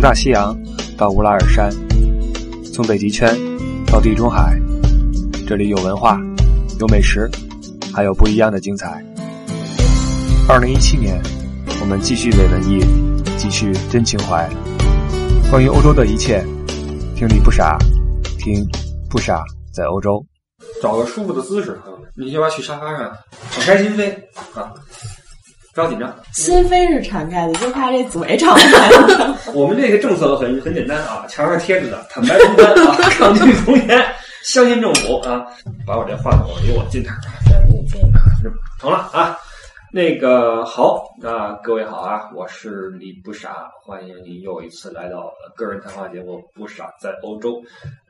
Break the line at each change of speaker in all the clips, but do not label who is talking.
大西洋到乌拉尔山，从北极圈到地中海，这里有文化，有美食，还有不一样的精彩。二零一七年，我们继续伪文艺，继续真情怀。关于欧洲的一切，听力不傻，听不傻在欧洲。
找个舒服的姿势，你就要去沙发上，敞开心扉啊，不要紧张。
心扉是敞开的，就怕这嘴敞不开了。
我们这个政策很很简单啊，墙上贴着的，坦白从宽啊，抗拒从严，相信政府啊。把我这话筒离我近点儿，成了啊。那个好，那各位好啊，我是李不傻，欢迎您又一次来到呃个人谈话节目《不傻在欧洲》。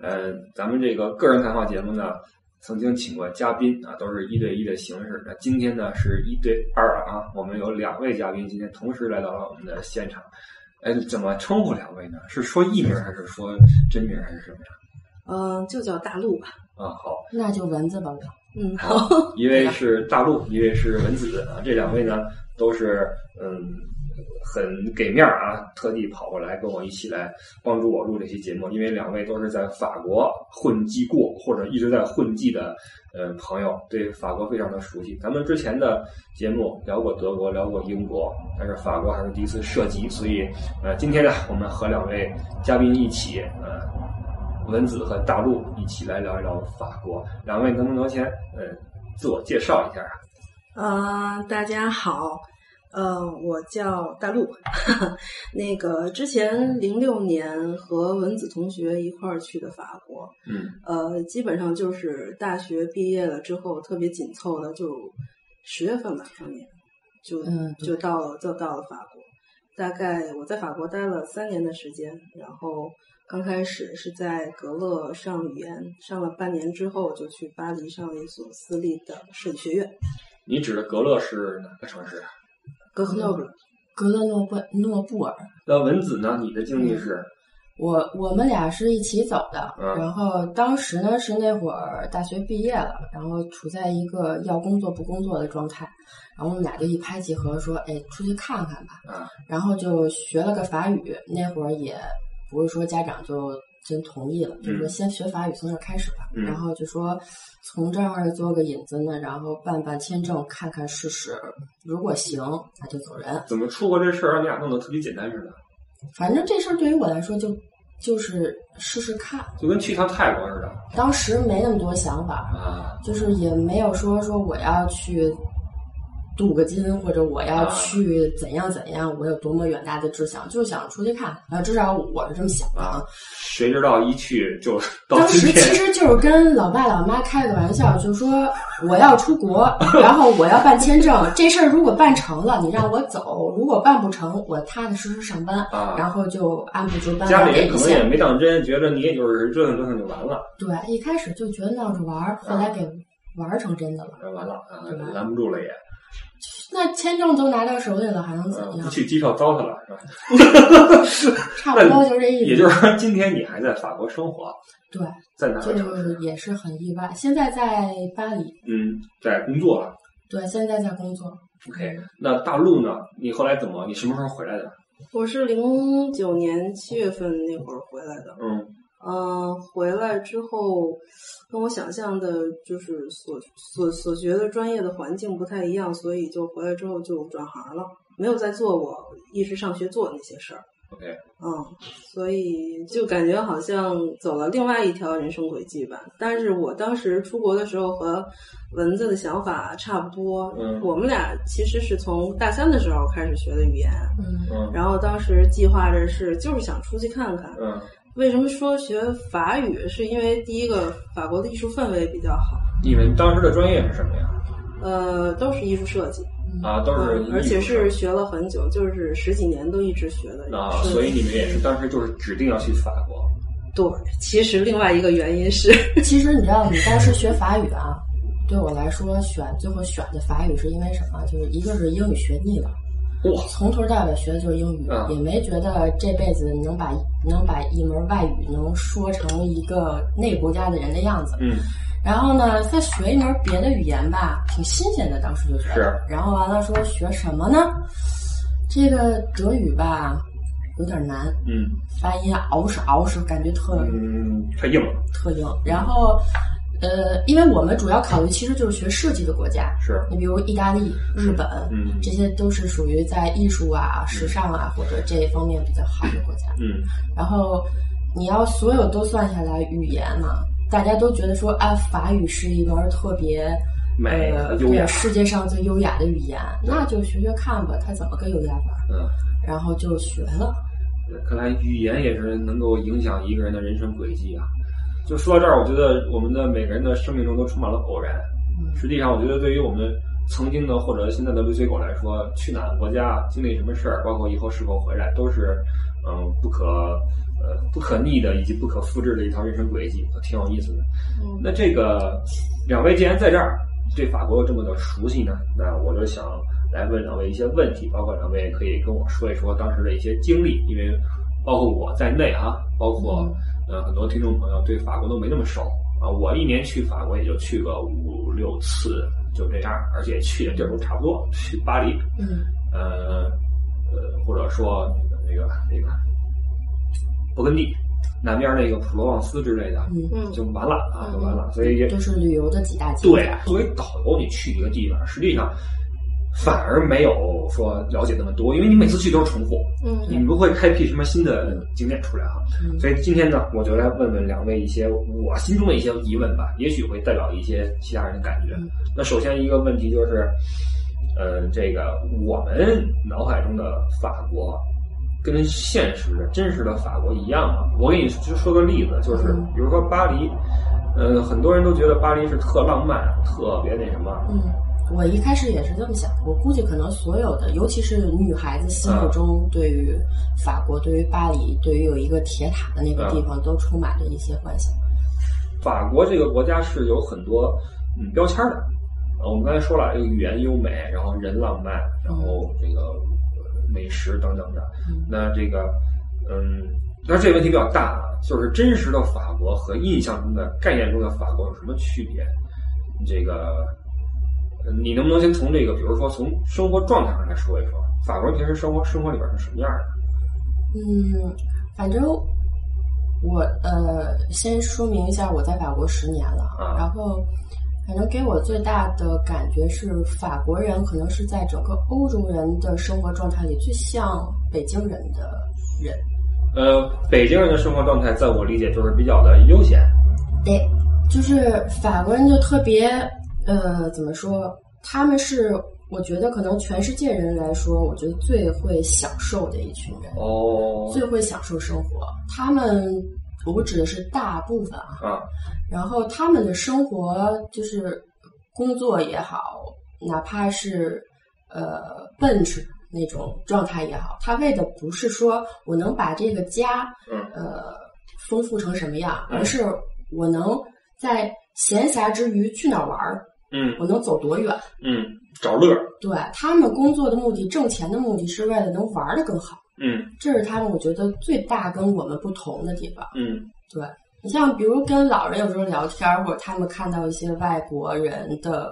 呃，咱们这个个人谈话节目呢，曾经请过嘉宾啊，都是一对一的形式。那今天呢是一对二啊，我们有两位嘉宾今天同时来到了我们的现场。哎，怎么称呼两位呢？是说艺名还是说真名还是什么呀？
嗯，就叫大陆吧。
啊，好，
那就蚊子吧，
嗯， 好，
好，一位是大陆，一位是文子啊，这两位呢都是嗯很给面儿啊，特地跑过来跟我一起来帮助我录这期节目，因为两位都是在法国混迹过或者一直在混迹的呃朋友，对法国非常的熟悉。咱们之前的节目聊过德国，聊过英国，但是法国还是第一次涉及，所以呃今天呢，我们和两位嘉宾一起呃。文子和大陆一起来聊一聊法国。两位能不能先呃自我介绍一下啊？
呃，大家好，呃，我叫大陆。 那个之前零六年和文子同学一块儿去的法国，
嗯，
呃，基本上就是大学毕业了之后，特别紧凑的，就十月份吧，上年就
嗯对
就到了就到了法国。大概我在法国待了三年的时间，然后刚开始是在格勒上语言，上了半年之后就去巴黎上了一所私立的设计学院，
你指的格勒是哪个城市啊？
格勒
嗯
诺布尔。
格勒诺布诺布尔。
那文子呢？你的经历是
我我们俩是一起走的，
嗯
然后当时呢是那会儿大学毕业了，然后处在一个要工作不工作的状态，然后我们俩就一拍即合，说哎出去看看吧，
啊，
然后就学了个法语，那会儿也不是说家长就真同意了，就说先学法语从这儿开始吧，
嗯
然后就说从这儿做个引子呢，然后办办签证看看试试，如果行那就走人，
怎么出国这事儿让你俩弄得特别简单似的，
反正这事儿对于我来说就就是试试看，
就跟去趟泰国似的
当时没那么多想法，
啊。
就是也没有说说我要去镀个金或者我
啊
要去怎样怎样，我有多么远大的志向，就想出去看，啊，至少我是这么想的啊。
谁知道一去就到
当
今
时其
天，
实就是跟老爸老妈开个玩笑，就说我要出国，然后我要办签证，这事儿如果办成了，你让我走；如果办不成，我踏踏实实上班，
啊
然后就按部就班
家
地
里人
给一
可能也
下。
没当真，觉得你也就是折腾折腾就完了，
对，一开始就觉得闹着玩儿，后
嗯
来给玩儿成真的了。
然后完了啊
对吧，
拦不住了也，
那签证都拿到手里了，还能怎
嗯，
样
不？去机票糟蹋了是吧？
差不多就这意
也
思。
就是说，今天你还在法国生活，
对，
在哪
这
个城
个
市？
也是很意外。现在在巴黎，
嗯，在工作了。
对，现在在工作。
OK，那大陆呢？你后来怎么？你什么时候回来的？
我是零九年七月份那会儿回来的，
嗯，
嗯，回来之后，跟我想象的，就是所所所学的专业的环境不太一样，所以就回来之后就转行了，没有再做我一直上学做的那些事儿。
OK
嗯，所以就感觉好像走了另外一条人生轨迹吧。但是我当时出国的时候和蚊子的想法差不多，
嗯
我们俩其实是从大三的时候开始学的语言，
嗯，
嗯
然后当时计划着是就是想出去看看。
嗯
为什么说学法语？是因为第一个，法国的艺术氛围比较好，
你们当时的专业是什么呀？
呃，都是艺术设计，
啊，都是艺术
嗯
生，
而且是学了很久，就是十几年都一直学的。
啊，
是
所以你们也是当时就是指定要去法国。
对，其实另外一个原 因是，
其实你知道，你当时学法语啊，对我来说选最后选的法语是因为什么？就是一个是英语学腻了，
哇，
从头到尾学的就是英语，
嗯
也没觉得这辈子能把能把一门外语能说成一个那国家的人的样子。
嗯，
然后呢，再学一门别的语言吧，挺新鲜的，当时就觉得。
是
然后完了说学什么呢？这个德语吧，有点难，
嗯
发音啊熬是熬是感觉特、
嗯，太硬了，
特硬。然后，呃，因为我们主要考虑其实就是学设计的国家，
是，
你比如意大利、日本，
嗯
这些都是属于在艺术啊、时尚啊或者这一方面比较好的国家。
嗯
然后你要所有都算下来，语言嘛，大家都觉得说啊，法语是一门特别
美
呃，
优雅
对，世界上最优雅的语言，那就学学看吧，它怎么个优雅法？
嗯，
然后就学了。
看来语言也是能够影响一个人的人生轨迹啊。就说到这儿，我觉得我们的每个人的生命中都充满了偶然。
嗯
实际上，我觉得对于我们曾经的或者现在的绿水狗来说，去哪个国家、经历什么事儿，包括以后是否回来，都是嗯不可呃不可逆的以及不可复制的一条人生轨迹，挺有意思的。
嗯，
那这个两位既然在这儿，对法国又这么的熟悉呢，那我就想来问两位一些问题，包括两位可以跟我说一说当时的一些经历，因为包括我在内啊，包括呃很多听众朋友对法国都没那么熟啊，我一年去法国也就去个五六次，就这样，而且去的地儿都差不多，去巴黎，
嗯
呃呃，或者说那个那个那个勃艮第。南边那个普罗旺斯之类的，
嗯，
嗯
就完了啊，
嗯
就完了。所以也
这是旅游的几大景
对
点。，
作为导游，你去一个地方，实际上反而没有说了解那么多，因为你每次去都是重复，
嗯
你不会开辟什么新的景点出来啊。
嗯
所以今天呢，我就来问问两位一些我心中的一些疑问吧，也许会代表一些其他人的感觉
嗯。
那首先一个问题就是，呃，这个我们脑海中的法国。跟现实的、真实的法国一样吗？我给你就说个例子，就是
嗯
比如说巴黎，呃，很多人都觉得巴黎是特浪漫、特别那什么，
嗯，我一开始也是这么想，我估计可能所有的，尤其是女孩子心目中对于法国、对于巴黎、对于有一个铁塔的那个地
嗯
方，都充满着一些幻想。
法国这个国家是有很多嗯标签儿的。呃，我们刚才说了，这个语言优美，然后人浪漫，然后这个呃美食等等的。
嗯
那这个，嗯，但是这个问题比较大啊，就是真实的法国和印象中的概念中的法国有什么区别？这个，呃你能不能先从这个，比如说从生活状态上来说一说，法国人平时生活生活里边是什么样的？
嗯，反正我呃，先说明一下，我在法国十年了，
啊
然后反正给我最大的感觉是，法国人可能是在整个欧洲人的生活状态里最像北京人的人。
呃，北京人的生活状态，在我理解就是比较的悠闲，
对，就是法国人就特别呃，怎么说？他们是我觉得可能全世界人来说，我觉得最会享受的一群人，
哦
最会享受生活。他们，我指的是大部分啊，
啊，
然后他们的生活就是工作也好，哪怕是呃奔驰那种状态也好，他为的不是说我能把这个家
嗯
呃丰富成什么样，
嗯
而是我能在闲暇之余去哪儿玩儿，
嗯
我能走多远。
嗯，找乐儿，
对他们工作的目的、挣钱的目的是为了能玩的更好，
嗯
这是他们我觉得最大跟我们不同的地方。
嗯
对你像比如跟老人有时候聊天儿，或者他们看到一些外国人的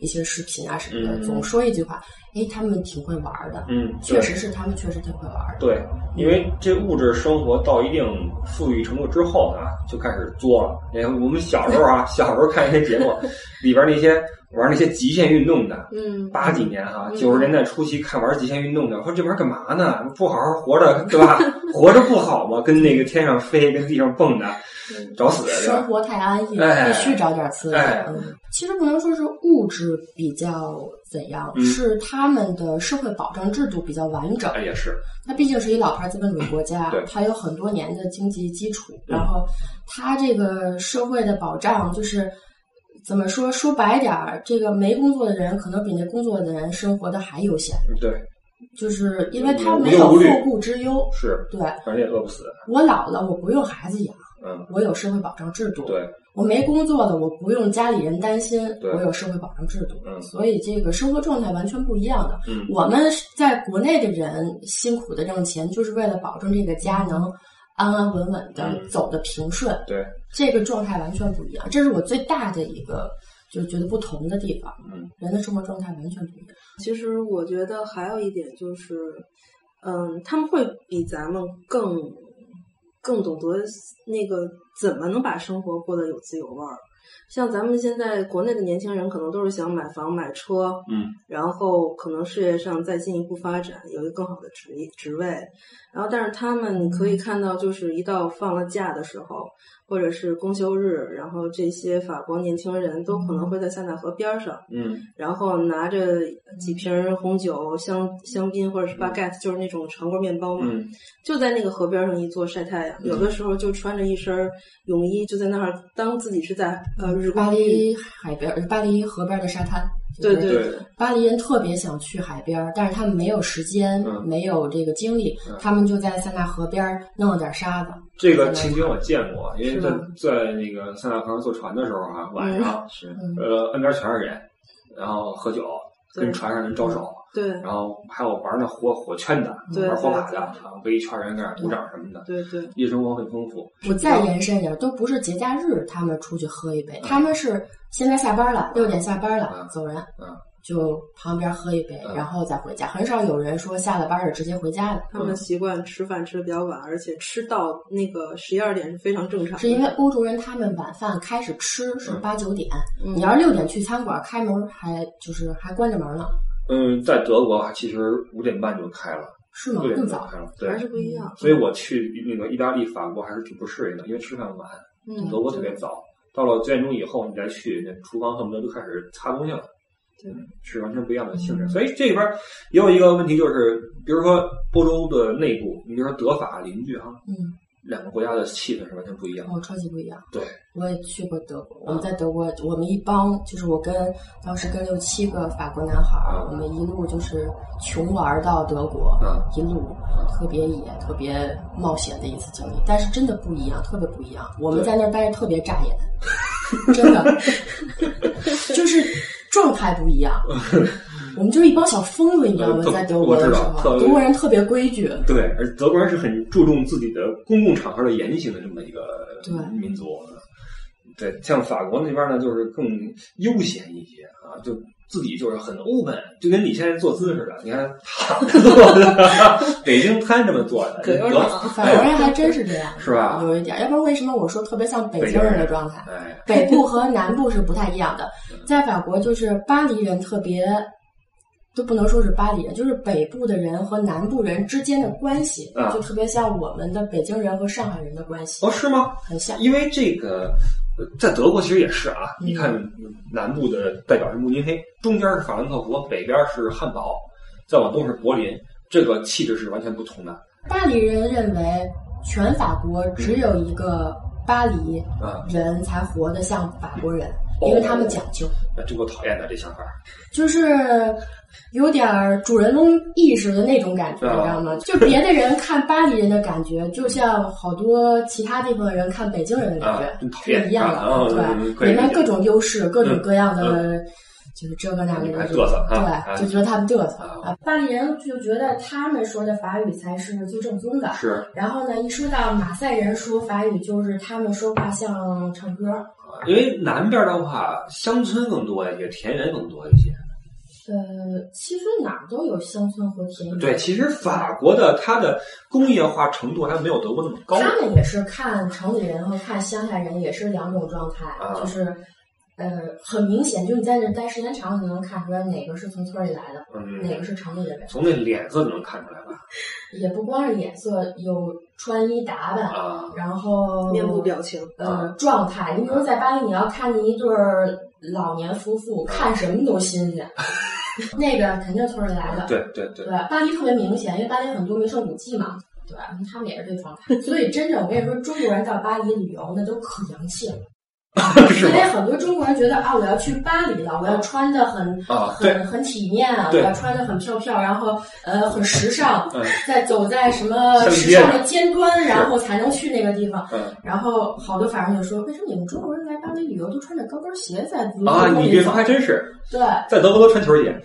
一些视频啊什么的，
嗯
总说一句话：“哎，他们挺会玩儿的。
嗯，
确实是，他们确实挺会玩儿的。
对，因为这物质生活到一定富裕程度之后呢，就开始作了。哎，我们小时候啊，小时候看一些节目，里边那些玩那些极限运动的，
嗯，
八几年哈、
嗯
九十年代初期看玩极限运动的，说这玩意儿干嘛呢？不好好活着，对吧？活着不好吗？跟那个天上飞，跟地上蹦的，找死对
生
吧？
活太安逸，
哎
必须找点刺激。
哎
嗯，其实不能说是物质比较怎样，
嗯
是他们的社会保障制度比较完整。
哎，也是，
它毕竟是一老牌资本主义国家
对，
它有很多年的经济基础，然后它这个社会的保障就是怎么说？说白点儿，这个没工作的人可能比那工作的人生活的还悠闲，
对，
就是因为他
无忧
没有
无虑
后顾之忧。
是，
对
反正也饿不死，
我老了，我不用孩子养，
嗯，
我有社会保障制度；
对，
我没工作了，我不用家里人担心，
对
我有社会保障制度。
嗯
所以这个生活状态完全不一样的。
嗯
我们在国内的人辛苦的挣钱，就是为了保证这个家能安安稳稳的、
嗯
走得平顺，
对，
这个状态完全不一样。这是我最大的一个就是觉得不同的地方，
嗯
人的生活状态完全不一样。
其实我觉得还有一点就是，嗯，他们会比咱们更更懂得那个怎么能把生活过得有滋有味儿。像咱们现在国内的年轻人，可能都是想买房买车，
嗯，
然后可能事业上再进一步发展，有一个更好的职业职位。然后，但是他们你可以看到，就是一到放了假的时候，或者是公休日，然后这些法国年轻人都可能会在塞纳河边儿上，
嗯，
然后拿着几瓶红酒、香香槟或者是 baguette，就是那种长棍面包嘛，
嗯
就在那个河边上一坐晒太阳。有的时候就穿着一身泳衣，就在那儿当自己是在呃日
巴
光浴。
黎海边儿，巴黎河边儿的沙滩。
对
就是
对
对
对，
巴黎人特别想去海边儿，但是他们没有时间，
嗯
没有这个精力，
嗯
他们就在塞纳河边儿弄了点沙子。
这个情景我见过，因为
是
在
吗
在那个塞纳河上坐船的时候啊，晚上
嗯、是，
嗯，
呃岸边全是人，然后喝酒，
对
跟船上人招手，
对
然后还有玩那火火圈的，
对
玩火把
对
的，然后围一圈人在那儿鼓掌什么的，
对对，
夜生活很丰富。
我再延伸一点，都不是节假日，他们出去喝一杯，他们是现在下班了，六点下班了，
嗯
走人，
嗯
就旁边喝一杯，
嗯
然后再回家。很少有人说下了班儿就直接回家的，
他们习惯吃饭吃的比较晚，而且吃到那个十一二点是非常正常的。
是因为欧洲人他们晚饭开始吃是
嗯
八九点，
嗯
你要是六点去餐馆，开门还就是还关着门呢，
嗯，在德国啊其实五点半就开了，
是吗？
六点
更
半就
早。
开了，
还
对。
是不一样。
所以我去那个意大利、法国还是挺不适应的，因为吃饭晚，
嗯，
德国特别早。到了九点钟以后，你再去，那厨房恨不得都开始擦东西了。嗯
对，
是完全不一样的性质。所以这里边儿也有一个问题，就是比如说欧洲的内部，你比如说德法邻居哈，
嗯，
两个国家的气氛是完全不一样的。
哦，超级不一样。
对，嗯
我也去过德国，我们在德国，我们一帮就是我跟当时跟六七个法国男孩
嗯
儿，我们一路就是穷玩儿到德国，
嗯
一路特别野、特别冒险的一次经历，但是真的不一样，特别不一样。我们
对
在那儿待着特别扎眼， 真的，就是状态不一样。我们就是一帮小疯子，你知道吗
嗯？
在德国的时
我知道特
候，
别哎
德国人特别规矩，
对，而德国人是很注重自己的公共场合的言行的这么一个
对
民族。对，像法国那边呢，就是更悠闲一些啊，就自己就是很 open，就跟你现在坐姿似的，你看躺着 坐的，北京摊这么坐的，
葛优
德
长，
法国人还真是这样，
是吧
有一点儿，要不然为什么我说特别像北
北
京
京
人
人嗯
的状态？
哎，
北部和南部是不太一样的。 在法国，就是巴黎人特别，都不能说是巴黎人，就是北部的人和南部人之间的关系，
啊
就特别像我们的北京人和上海人的关系，
哦，是吗？
很像。
因为这个，呃在德国其实也是啊。
嗯
你看南部的代表是慕尼黑，中间是法兰克福，北边是汉堡，再往东是柏林，这个气质是完全不同的
巴黎人认为，全法国只有一个巴黎
啊。
人才活得像法国人，
哦
因为他们讲究，
那这我讨厌的这想法。
就是。有点儿主人翁意识的那种感觉，
啊
你知道吗？就别的人看巴黎人的感觉，就像好多其他地方的人看北京人的感
啊
觉，，
真讨
是
厌
一样的，
啊啊嗯可
对，
以
里面
理解
各种优势，各种
嗯
各样的，就是这个那个
你还
的，
嘚瑟啊啊
对，就觉得他们嘚瑟
啊
啊。巴黎人就觉得他们说的法语才是最正宗的，
是
然后呢，一说到马赛人说法语，就是他们说话像唱歌，
啊因为南边的话，乡村更多一些，田园更多一些。
呃，其实哪儿都有乡村和田园，
对，其实法国的它的工业化程度还没有德国那么高。
他们也是看城里人和看乡下人也是两种状态，
啊
就是呃很明显，就是你在这待时间长，你能看出来哪个是从村里来的，哪
嗯
个，是城里的人。
从那脸色就能看出来吧？
也不光是脸色，有穿衣打扮，
啊，
然后
面部表情，
呃状态。你比如在巴黎，你要看见一对儿老年夫
啊
妇，看什么都新鲜， 那个肯定村儿里来的。
对对对
对，巴黎特别明显，因为巴黎很多名胜古迹嘛。对，他们也是这状态。所以真正我跟你说，中国人到巴黎旅游那都可洋气了，
是
因
吗
为？很多中国人觉得啊，我要去巴黎了，我要穿的很
啊，对，
很很体面啊，我
对
要穿的很飘飘，然后呃很时尚，
嗯
在走在什么
像
时
街
尚的
上
尖端，
是
然后才能去那个地方。
嗯。
然后好多法国人就说：“为什么你们中国人来巴黎旅游都穿着高跟鞋在自由
啊，
路
你别
里
说，
走
还真是，？”
对，
在德国都穿球鞋。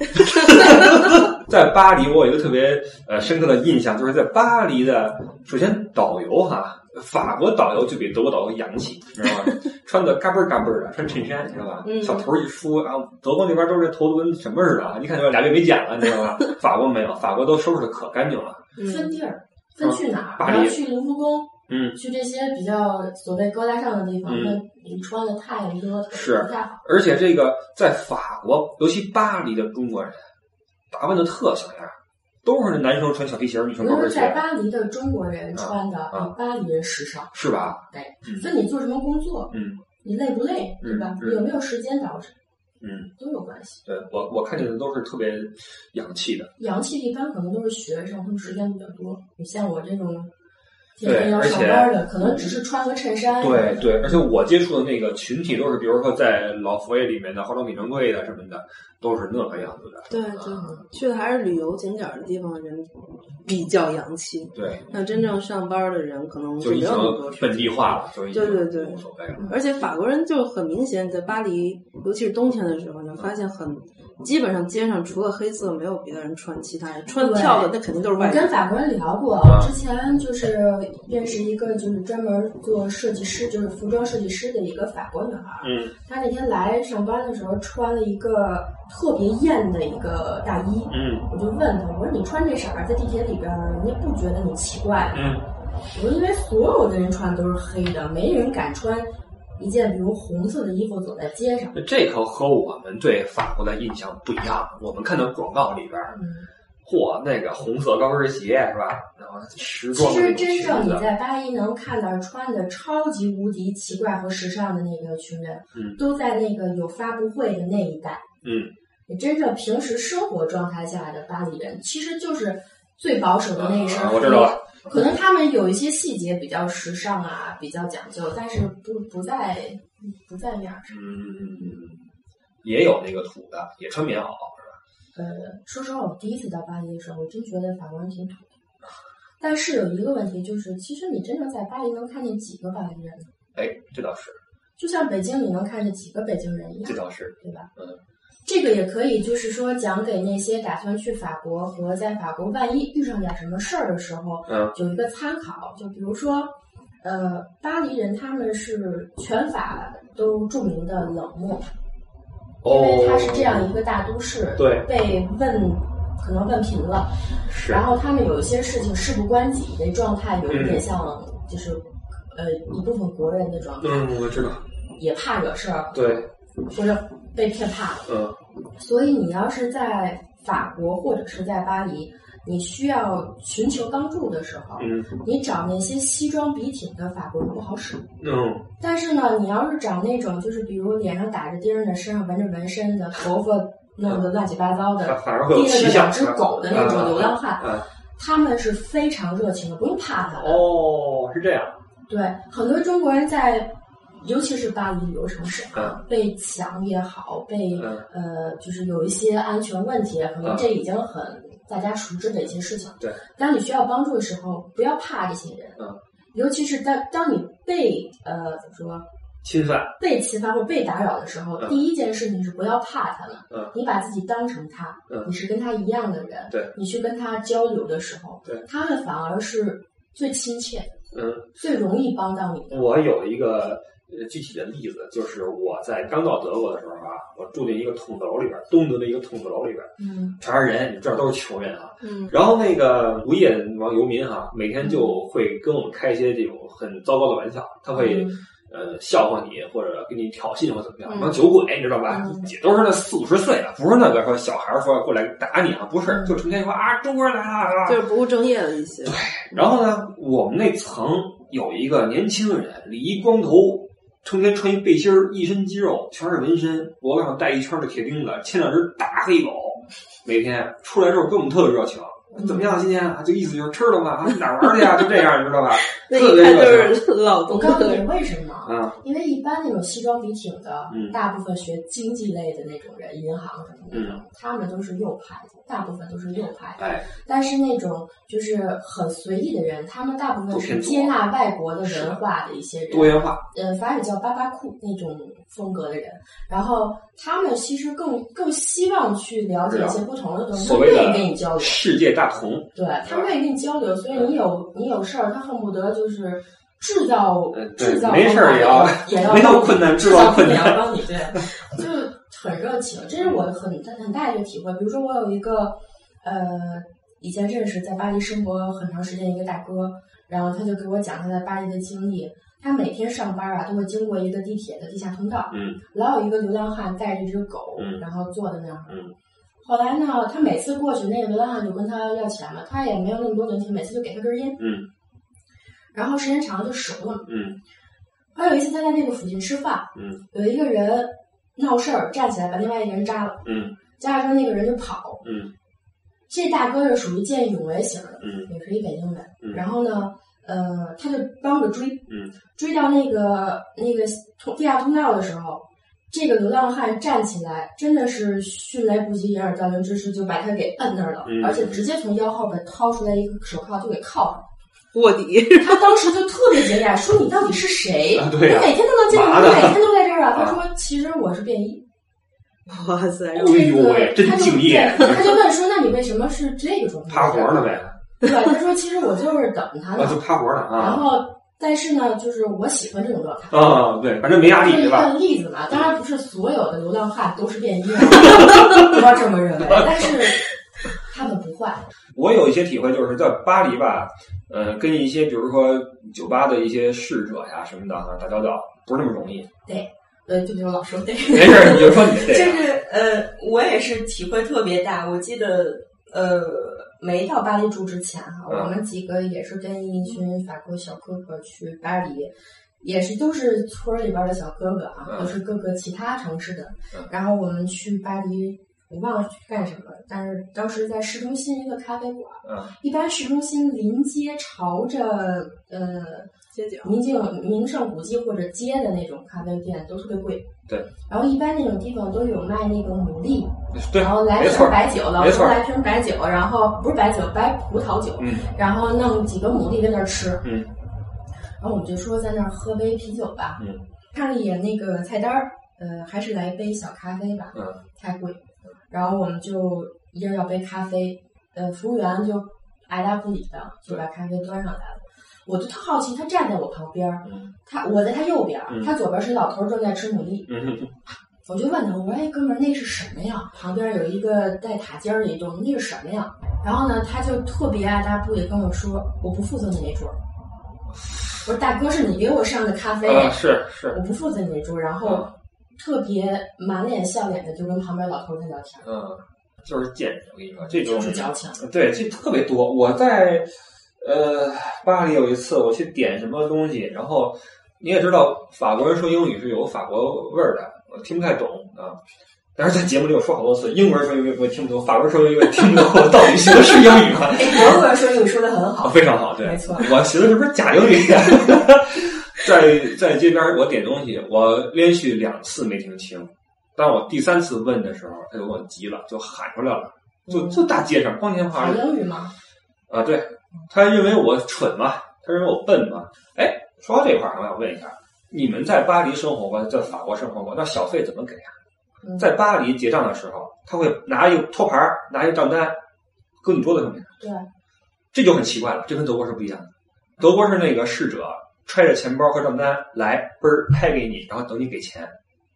在巴黎，我有一个特别呃深刻的印象，就是在巴黎的，首先导游哈，法国导游就比德国导游洋气，你知道吗？穿的嘎嘣儿嘎嘣儿的，穿衬衫，你知道吧？
嗯
小头一梳，然后德国那边都是头都跟什么似的，啊，一看就是俩月没剪了，你知道吧？法国没有，法国都收拾的可干净了。
嗯
分地儿，分去哪
嗯巴
儿，然后
黎
去卢浮宫，
嗯，
去这些比较所谓高大上的地方，
嗯
那你穿的太邋遢，
是
不太好。
而且这个在法国，尤其巴黎的中国人，打扮的特像样儿，都是那男生穿小皮鞋儿，女生
比
高
如说
跟
在
鞋，
巴黎的中国人穿的
啊
比巴黎人时尚，
是吧？
对
嗯，
所以你做什么工作，
嗯
你累不累，对吧？
嗯嗯
你有没有时间导致
嗯，
都有关系。
对我我看见的都是特别洋气的，
洋气一般可能都是学生，他们时间比较多。你像我这种天
对
天要
而
上
且
班的，可能只是穿个衬
嗯
衫。
对对，而且我接触的那个群体都是，比如说在老佛爷里面的化妆品专柜的什么的，都是那个样子的。
对
嗯
对，去的还是旅游景点儿的地方，人比较洋气。
对，
那真正上班的人可能
就已
没
经
有那么多时
本
间。
地化了，就已经
对对对
无所谓了。
而且法国人就很明显，在巴黎，尤其是冬天的时候，你会发现很基本上街上除了黑色，没有别的人穿其他人穿
对
跳的，那肯定都是
我
外
跟
国。
法国人聊过，
啊
我之前就是认识一个就是专门做设计师，就是服装设计师的一个法国女孩儿。
嗯
她那天来上班的时候穿了一个特别艳的一个大衣，
嗯
我就问她，我说你穿这色儿在地铁里边儿，人家不觉得你奇怪吗？
嗯
我说因为所有的人穿都是黑的，没人敢穿一件比如红色的衣服走在街上。
嗯，这可和我们对法国的印象不一样。我们看到广告里边儿，
嗯，
嚯，那个红色高跟鞋是吧？然后时
其
装的那种
实真
裙
正你
子，
在巴黎能看到穿的超级无敌奇怪和时尚的那个群人，
嗯
都在那个有发布会的那一带。
嗯，
你真正平时生活状态下的巴黎人，其实就是最保守的那一身、
啊我知道了。
可能他们有一些细节比较时尚啊，比较讲究，但是不不在不在面儿上。
嗯，也有那个土的，也穿棉袄，
呃，说实话，我第一次到巴黎的时候，我真觉得法国人挺土的。但是有一个问题就是，其实你真正在巴黎能看见几个巴黎人呢？
哎，这倒是，
就像北京，你能看见几个北京人一样
这，倒是，
对吧？
嗯，
这个也可以，就是说讲给那些打算去法国和在法国万一遇上点什么事儿的时候，
嗯
有一个参考。就比如说，呃，巴黎人他们是全法都著名的冷漠，因为它是这样一个大都市，
哦对
被问可能问贫了，
是
然后他们有一些事情事不关己的状态，有一
嗯
点像就是、呃一部分国人的状态，
嗯，我知道，
也怕惹事儿
对，
或者被骗怕了。
嗯
所以你要是在法国或者是在巴黎，你需要寻求帮助的时候，
嗯
你找那些西装笔挺的法国人不好使。
嗯
但是呢，你要是找那种就是比如脸上打着钉儿的，身上纹着纹身的，头发弄得乱七八糟的，
反反而嗯会有
提着
奇
个两
象
只狗的那种
啊
流浪汉，
啊，
他们是非常热情的，不用怕他的。
哦，是这样，
对，很多中国人在，尤其是巴黎旅游城市啊，被抢也好，被、
嗯
呃，就是有一些安全问题，啊可能
嗯
这已经很大家熟知的一些事情。
对，
当你需要帮助的时候，不要怕这些人。
嗯，
尤其是当当你被呃怎么说
侵犯，
被侵犯或被打扰的时候，
嗯
第一件事情是不要怕他们，
嗯
你把自己当成他，
嗯
你是跟他一样的人，
对
你去跟他交流的时候，
对
他们反而是最亲切、
嗯，
最容易帮到你的。
我有一个呃具体的例子，就是我在刚到德国的时候啊，我住进一个筒子楼里边，东德的一个筒子楼里边，
嗯，
全是人，你们这儿都是穷人啊。
嗯，
然后那个无业王游民哈、
嗯
每天就会跟我们开一些这种很糟糕的玩笑，他会、
嗯
呃笑话你，或者跟你挑衅或怎么样，
嗯
那、酒鬼你知道吧？
嗯
也都是那四五十岁的，不是那个说小孩儿说过来打你啊，不是，
嗯
就成天说啊中国人来了啊。
就是不务正业的一些，
然后呢，我们那层有一个年轻人，理一光头，成天穿一背心儿，一身肌肉，全是纹身，脖子上带一圈的铁钉子，牵两只大黑狗，每天出来之后跟我们特别热情。
嗯
怎么样？今天啊，就意思就是吃了吗？啊，哪儿玩去啊？就这样，你知道 吧？
那
特
一
别
看就
热情
是老
我
东
告诉你
德。
为什么，
啊！
因为一般那种西装笔挺的，
嗯
大部分学经济类的那种人，银行什么的那种，他们都是右派，大部分都是右派。
嗯哎，
但是那种就是很随意的人，他们大部分
都
是
偏左
接纳外国的文化的一些人，
多元化，
呃，法语叫巴巴库那种风格的人，然后他们其实更更希望去了解一些不同的东西，他
啊所谓
愿意
的
跟你交流，
世界大同，
对他愿意跟你交流，所以你有你有事儿，他恨不得就是制造
呃对
制造
没事儿也要
也要
没
帮
到
你
困难制
制
造
造
困
也要
难。
帮你，对，就是很热情，这是我很很大一个体会。比如说我有一个呃以前认识在巴黎生活很长时间一个大哥，然后他就给我讲他在巴黎的经历。他每天上班啊，都会经过一个地铁的地下通道，
嗯，
老有一个流浪汉带着一只狗，
嗯
然后坐在那儿，
嗯。
后来呢，他每次过去，那个流浪汉就跟他要钱嘛，他也没有那么多零钱，每次就给他根烟，
嗯。
然后时间长了就熟了。
嗯
还有一次他在那个附近吃饭，
嗯
有一个人闹事儿，站起来把另外一个人扎了，
嗯
扎了之后那个人就跑。
嗯
这大哥是属于见义勇为型的，
嗯
也是一北京人。
嗯，
然后呢，呃，他就帮着追，
嗯，
追到那个那个通地下通道的时候，这个流浪汉站起来，真的是迅雷不及掩耳盗铃之势，就把他给摁那儿了，
嗯
而且直接从腰后边掏出来一个手铐就给铐上。
卧底，
了。他当时就特别 惊讶，说：“你到底是谁？
啊对呀
我每天都能见到
麻
你，
的
每天都在这儿啊。”他
啊
说：“其实我是便衣。”
哇塞，
哎呦喂，真
他就
敬业，
对他就问说：“那你为什么是这个状态？”
趴活呢呗，
对吧？他说：“其实我就是等他
啊，
呢。
就趴活呢
嗯然
啊
后，但是呢，就是我喜欢这种状态。
啊，对，反正没压力
这
对
一
吧？
个例子嘛，当然不是所有的流浪汉都 是便衣，不要这么认为，但是他们不坏。
我有一些体会，就是在巴黎吧，呃，跟一些比如说酒吧的一些侍者呀什么的哈打交道，不是那么容 易。
呃，对不起，我老说对，
没事儿，你就说你
就
这个，
是呃，我也是体会特别大。我记得呃，
没到巴黎住之前哈，
嗯
我们几个也是跟一群法国小哥哥去巴黎，也是都是村儿里边的小哥哥啊，
嗯
都是各个其他城市的
嗯。
然后我们去巴黎，我忘了去干什么，但是当时在市中心一个咖啡馆，
嗯
一般市中心临街朝着呃
街角
明镜名胜古迹或者街的那种咖啡店都特别贵。
对。
然后一般那种地方都有卖那个牡蛎，
对
然，后来
没错
瓶白酒，老
没
头
错
来瓶白酒，然后不是白酒，白葡萄酒，
嗯
然后弄几个牡蛎在那儿吃。
嗯。
然后我们就说在那儿喝杯啤酒吧。
嗯。
看了一眼那个菜单儿，呃，还是来杯小咖啡吧，
嗯
太贵。然后我们就一人要杯咖啡，呃，服务员就爱答不理的就把咖啡端上来了。我就特好奇，他站在我旁边儿，
嗯
他我在他右边儿，
嗯
他左边是老头儿正在吃牡蛎。
嗯
我就问他，我说：“哎，哥们儿，那是什么呀？”旁边有一个带塔尖儿的一栋，那是什么呀？然后呢，他就特别爱搭不理跟我说：“我不负责你那桌。”我说：“大哥，是你给我上的咖啡，
啊，是是，
我不负责你那桌。”然后特别满脸笑脸的就跟旁边老头儿在聊天，
嗯，就是贱人，我跟你说，这
就
种
是矫情。
对，这特别多。我在呃巴黎有一次，我去点什么东西，然后你也知道，法国人说英语是有法国味儿的，我听不太懂啊。但是在节目里我说好多次，英文说英语我也听不懂，法国人说英语我也听不懂，我到底学的是英语吗？
哎，德国人说英语说的很
啊，
好，
非常好，对，
没错。
我寻思是不是假英语？ 在在这边我点东西，我连续两次没听清，当我第三次问的时候，他就给我急了，就喊出来了，就就大街上光天化
好
日。
英语吗？
啊，对，他认为我蠢嘛，他认为我笨嘛。哎，说到这块儿，我想问一下，你们在巴黎生活过，在法国生活过，那小费怎么给啊？
嗯
在巴黎结账的时候，他会拿一个托盘儿，拿一个账单，搁你桌子上面。
对，
这就很奇怪了，这跟德国是不一样的。德国是那个侍者揣着钱包和账单来，嘣儿拍给你，然后等你给钱，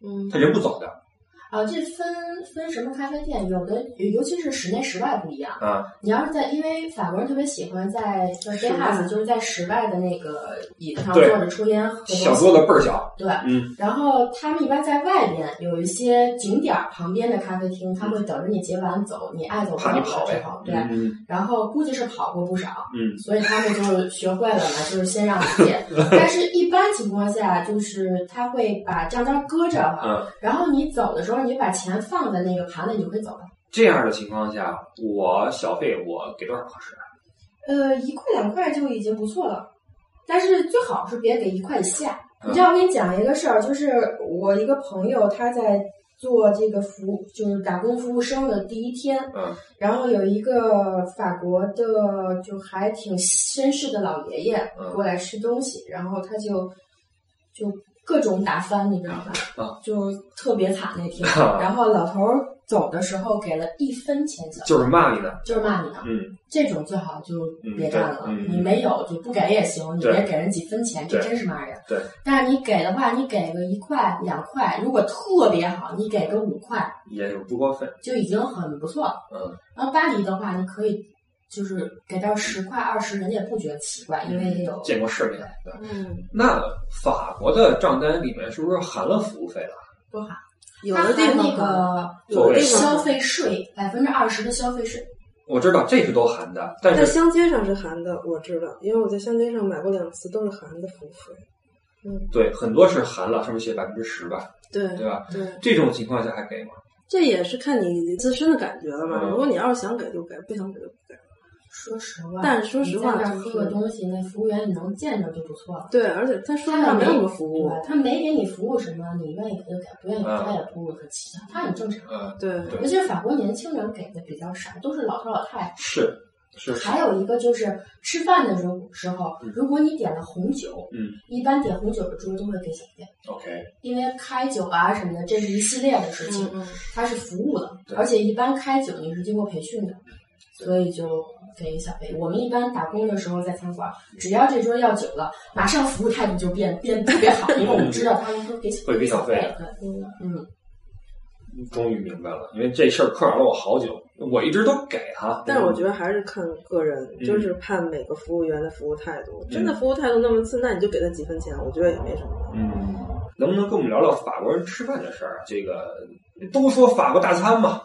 嗯
他人不走的
啊，这分分什么咖啡店，有的尤其是室内室外不一样。
啊。
你要是在，因为法国人特别喜欢在叫 day
室外
house，就是在室外的那个椅子上坐
对
着抽烟喝东西。
小桌子倍儿小，
对，
嗯
然后他们一般在外边有一些景点儿旁边的咖啡厅，他们会等着你结完走，你爱走不
怕
走
你
的
跑
时
呗
候，。对。
嗯
然后估计是跑过不少，
嗯
所以他们就学会了嘛，就是先让你 结。但是，一般情况下，就是他会把账单搁这儿嘛，
嗯，
然后你走的时候，你把钱放在那个盘子，你就可以走了。
这样的情况下，我小费我给多少合适？
呃，一块两块就已经不错了，但是最好是别给一块以下。
嗯
你知道，我给你讲一个事儿，就是我一个朋友他在做这个服务，就是打工服务生的第一天，
嗯
然后有一个法国的就还挺绅士的老爷爷
嗯
过来吃东西，然后他就就各种打翻，你知道吧？
啊
就特别惨 那天。
啊
然后老头儿走的时候给了一分钱小 费，
就是骂你呢。
就是骂你呢。
嗯，
这种最好就别干了，
嗯对嗯
你没有就不给也行，你
对
别给人几分钱，这
对
真是骂人。
对，
但是你给的话，你给个一块两块，如果特别好，你给个五块
也不过分。
就已经很不错了。
嗯，
然后巴黎的话，你可以就是给到十块二十，人家也不觉得奇怪，因为有
见过世面。对，
嗯，
那法国的账单里面是不是含了服务费了？
多好。
有的地
它
方
还那
可能
个
有的地方
消费税百分之二十的消费税，
我知道这是都含的，但
在
是
乡街上是含的，我知道，因为我在乡街上买过两次，都是含的服务费。嗯，
对很多是含了，上面写百分之十吧，
对
对吧？
对，
这种情况下还给吗？
这也是看你自身的感觉了嘛。
嗯
如果你要是想给就给，不想给就不给。
说实话，
但是说实话
你在那
就
儿
是
喝个东西，那服务员你能见着就不错了。
对，而且他说话
他
没
没
有什么服务
对，他没给你服务什么，你愿意给就给，不愿意给他也不可气象，他很正常。
嗯，
对，
对
而且法国年轻人给的比较少，都是老头老太太。
是是是，
还有一个就是吃饭的时候，时候
嗯
如果你点了红酒，
嗯，
一般点红酒的桌都会给小费，
OK，
因为开酒啊什么的，这是一系列的事情，
嗯嗯，
它是服务的，
对
而且一般开酒你是经过培训的，所以就给小费。我们一般打工的时候在餐馆，只要这桌要酒了，马上服务态度就 变变特别好，因为我们知道他们会给小
会给小费
费
的。
对，
嗯
嗯，
终于明白了，因为这事儿困扰了我好久，我一直都给哈、
但是我觉得还是看个人，
嗯
就是看每个服务员的服务态度。真的服务态度那么次，那你就给他几分钱，我觉得也没什么。
嗯，能不能跟我们聊聊法国人吃饭的事儿啊？这个都说法国大餐嘛，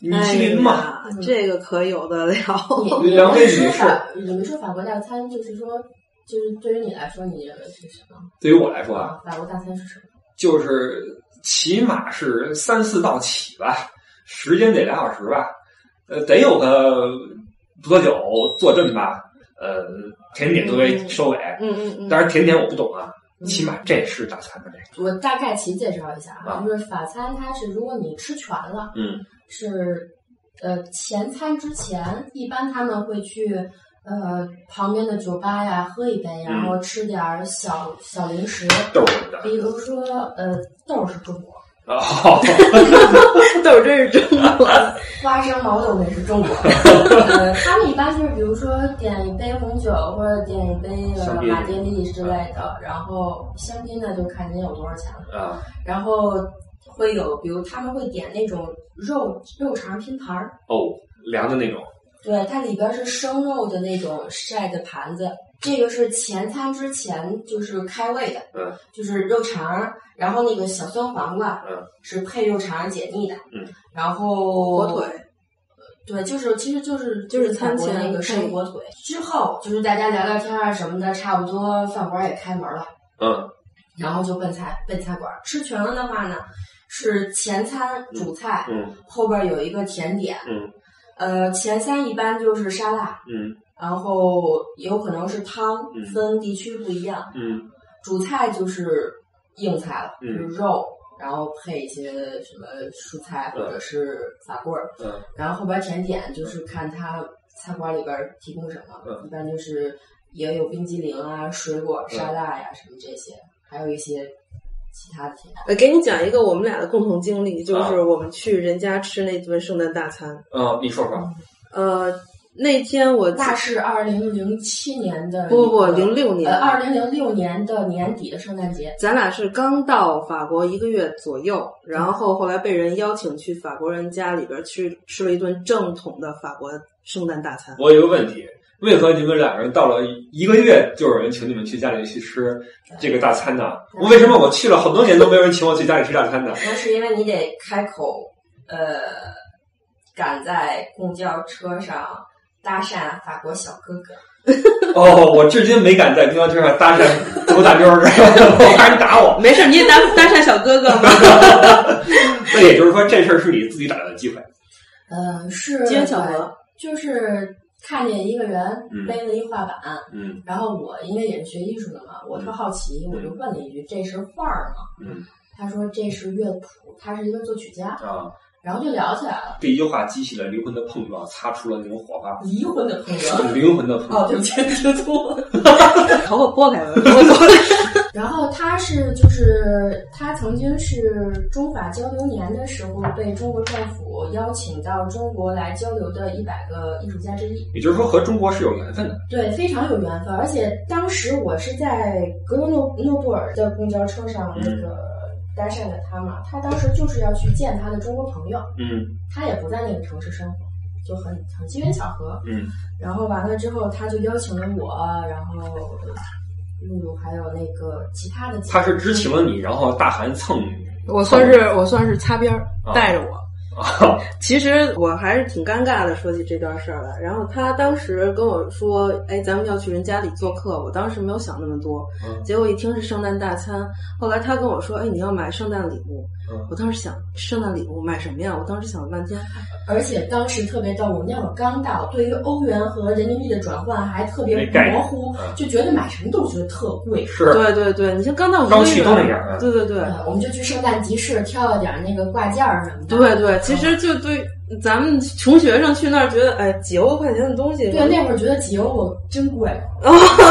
米其林嘛，
哎呀这个可有的聊。
你你
两位
们
女
说
士
法，你们说法国大餐就是说，就是对于你来说，你认为是什么？
对于我来说啊，
法国大餐是什么？
就是起码是三四道起吧，时间得俩小时吧，呃，得有个多久坐镇吧，呃，甜点作为收尾，
嗯嗯嗯，
当然甜点我不懂啊，起码这是大餐的这
我大概其介绍一下
啊
啊，就是法餐，它是如果你吃全了，
个，嗯
是呃前餐之前，一般他们会去呃旁边的酒吧呀喝一杯，
嗯
然后吃点儿小小零食，
豆什么的
比如说呃豆是中国，
啊。
豆真是中国。
花生毛豆也是中国，呃他们一般就是比如说点一杯红酒或者点一杯
香
呃
槟啊
马爹利之类的，然后香槟呢就看您有多少钱了。
啊
然后会有，比如他们会点那种肉肉肠拼盘儿，
哦，凉的那种，
对，它里边是生肉的那种晒的盘子。这个是前餐之前就是开胃的，
嗯，
就是肉肠儿，然后那个小酸黄瓜，
嗯，
是配肉肠儿解腻的，
嗯，
然后
火腿，
对，就是其实就是
就是
餐
餐前
前那个生火腿，之后就是大家聊聊天啊什么的，差不多饭馆儿也开门了。
嗯
然后就奔菜奔菜馆儿吃全了的话呢，是前餐主菜，
嗯
后边儿有一个甜点，
嗯
呃，前三一般就是沙拉，
嗯
然后有可能是汤
嗯，
分地区不一样。
嗯
主菜就是硬菜了，
嗯
就是肉，然后配一些什么蔬菜或者是法棍儿，
嗯
然后后边儿甜点就是看它餐馆里边儿提供什么，
嗯
一般就是也有冰激凌啊、水果、沙拉呀、什么这些，还有一些其他的甜点。
呃，给你讲一个我们俩的共同经历，就
啊
是我们去人家吃那顿圣诞大餐。
嗯，你说说，
呃，那天我
那是二零零七年的一个，
不不不，零六年
呃，二零零六年的年底的圣诞节，
咱俩是刚到法国一个月左右，然后后来被人邀请去法国人家里边去吃了一顿正统的法国圣诞大餐。
我有一个问题，为何你们两个人到了一个月就有人请你们去家里去吃这个大餐呢？我为什么我去了好多年都没有人请我去家里吃大餐呢？
那是因为你得开口，呃，赶在公交车上搭讪法国小哥哥。
哦，我至今没敢在公交车上搭讪多大妞儿，我怕人打我。
没事，你也搭搭讪小哥哥嘛，
那也就是说，这事儿是你自己找的机会。
呃，是
机缘巧 合，
就是看见一个人
嗯
背了一画板，
嗯
然后我因为也是学艺术的嘛，我特好奇，我就问了一句：“这是画儿吗
嗯？”
他说：“这是乐谱，他是一个作曲家。
啊，”
然后就聊起来了，
这一句话激起了灵魂的碰撞，擦出了那种火花，
离婚的朋友。
灵魂的碰撞。
哦，对不起， 听错了。
头发拨开了，拨开了
然后他是就是他曾经是中法交流年的时候被中国政府邀请到中国来交流的一百个艺术家之一，
也就是说，和中国是有缘分的。
对，非常有缘分。而且当时我是在格罗诺诺布尔的公交车上
嗯
那个搭讪的他嘛，他当时就是要去见他的中国朋友，
嗯
他也不在那个城市生活，就很很机缘巧合。
嗯
然后完了之后，他就邀请了我，然后露露还有那个其他的姐妹。
他是知情了你，然后大韩蹭
我算是我算是擦边儿
啊
带着我。
啊，
其实我还是挺尴尬的，说起这段事儿来。然后他当时跟我说：“哎，咱们要去人家里做客。”我当时没有想那么多，
嗯
结果一听是圣诞大餐，后来他跟我说：“哎，你要买圣诞礼物。
嗯
我当时想，圣诞礼物买什么呀？我当时想了半天，
而且当时特别逗，我们那会儿刚到，对于欧元和人民币的转换还特别
没概念
模糊
嗯，
就觉得买什么都觉得特贵。
是
对对对，你像刚到一
刚
个
去
月，
都那样啊
对对对。
呃我们就去圣诞集市挑了点儿那个挂件儿什么的。
对对，其实就对咱们穷学生去那儿觉得，哎，几欧块钱的东西，
对，那会儿觉得几欧我真贵，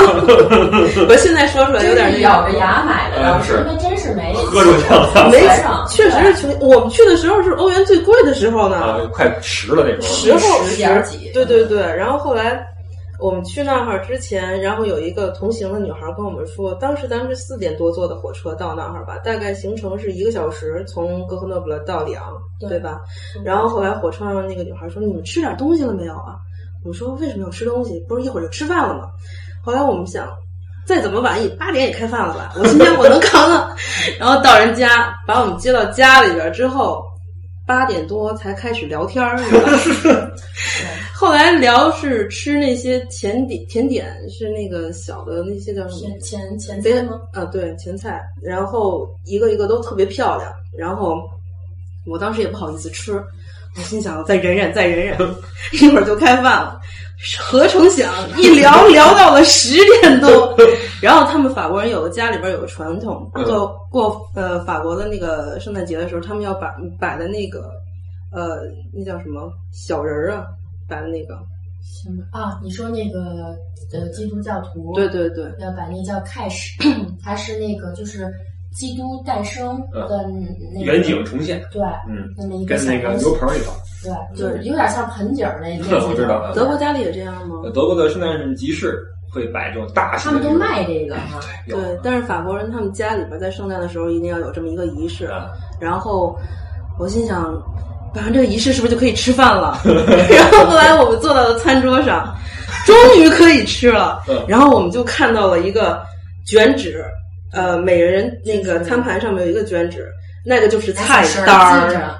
我现在说出来有点那
真是
个
咬着牙买的，当时
嗯是
因为真是没
喝出去了
没
学生，
确实是穷。我们去的时候是欧元最贵的时候呢，
啊，快十了那时候，
时候
十点儿几
对对对，然后后来我们去那儿之前，然后有一个同行的女孩跟我们说，当时咱们是四点多坐的火车到那儿吧，大概行程是一个小时，从哥克诺布勒到里昂，
对
对吧？然后后来火车上那个女孩说：“你们吃点东西了没有啊？”我说：“为什么要吃东西？不是一会儿就吃饭了吗？”后来我们想，再怎么晚也八点也开饭了吧？我今天我能扛了。 然后到人家把我们接到家里边之后，八点多才开始聊天儿。你知道吗后来聊是吃那些甜点，甜点是那个小的那些叫什么
前？前前
别
天吗？
啊，对，前菜，然后一个一个都特别漂亮，然后我当时也不好意思吃，我心想再忍忍，再忍 忍，一会儿就开饭了。何成想一聊聊到了十点 多，然后他们法国人有个家里边有个传统，
嗯
过过呃法国的那个圣诞节的时候，他们要摆摆的那个呃那叫什么小人儿啊，摆的那个，
嗯啊，你说那个呃基督教徒
对对对，
要把那叫开始， 它是那个就是基督诞生的那
嗯
个
远景重现，
对，
嗯，
那么一个
跟那
小
个
东西
牛棚里头，
对，就是有点像盆景儿那那
我知道啊
德国家里也这样吗？
呃德国的圣诞集市会摆这种大型
他
的
们
这
都
种，
卖这个哈。
有
对，但是法国人他们家里边在圣诞的时候一定要有这么一个仪式。
啊
然后我心想，摆完这个仪式是不是就可以吃饭了？ 然后后来我们坐到了餐桌上，终于可以吃了
嗯。
然后我们就看到了一个卷纸，呃，每人那个餐盘上面有一个卷纸，那个就是菜单
拿小绳
儿。
儿系着，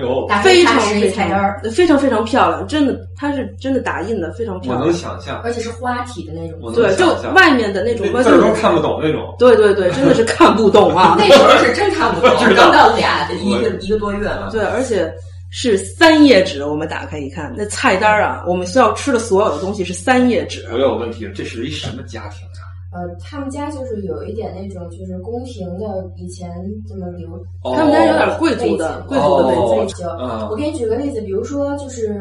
有
对，打
非
非
常
常
非
菜
常
单儿，
非常非常漂亮，真的，它是真的打印的，非常
我
漂
能
亮。
想象，
而且是花体的那种。
我能
对，就
想象
外面的那
那
种
字儿都看不懂那种，
对对对，真的是看不懂啊。
那时候是真看不懂
知，道嗯
刚到俩一个一个多月了。
对，而且是三页纸，我们打开一看，那菜单儿啊，我们需要吃的所有的东西是三页纸。
我有问题，这是一什么家庭啊？
呃，他们家就是有一点那种，就是宫廷的，以前这么流
哦
他们家有点贵族的，
哦
贵族的
哦
背景。
背景。
啊
呃我给你举个例子，比如说就是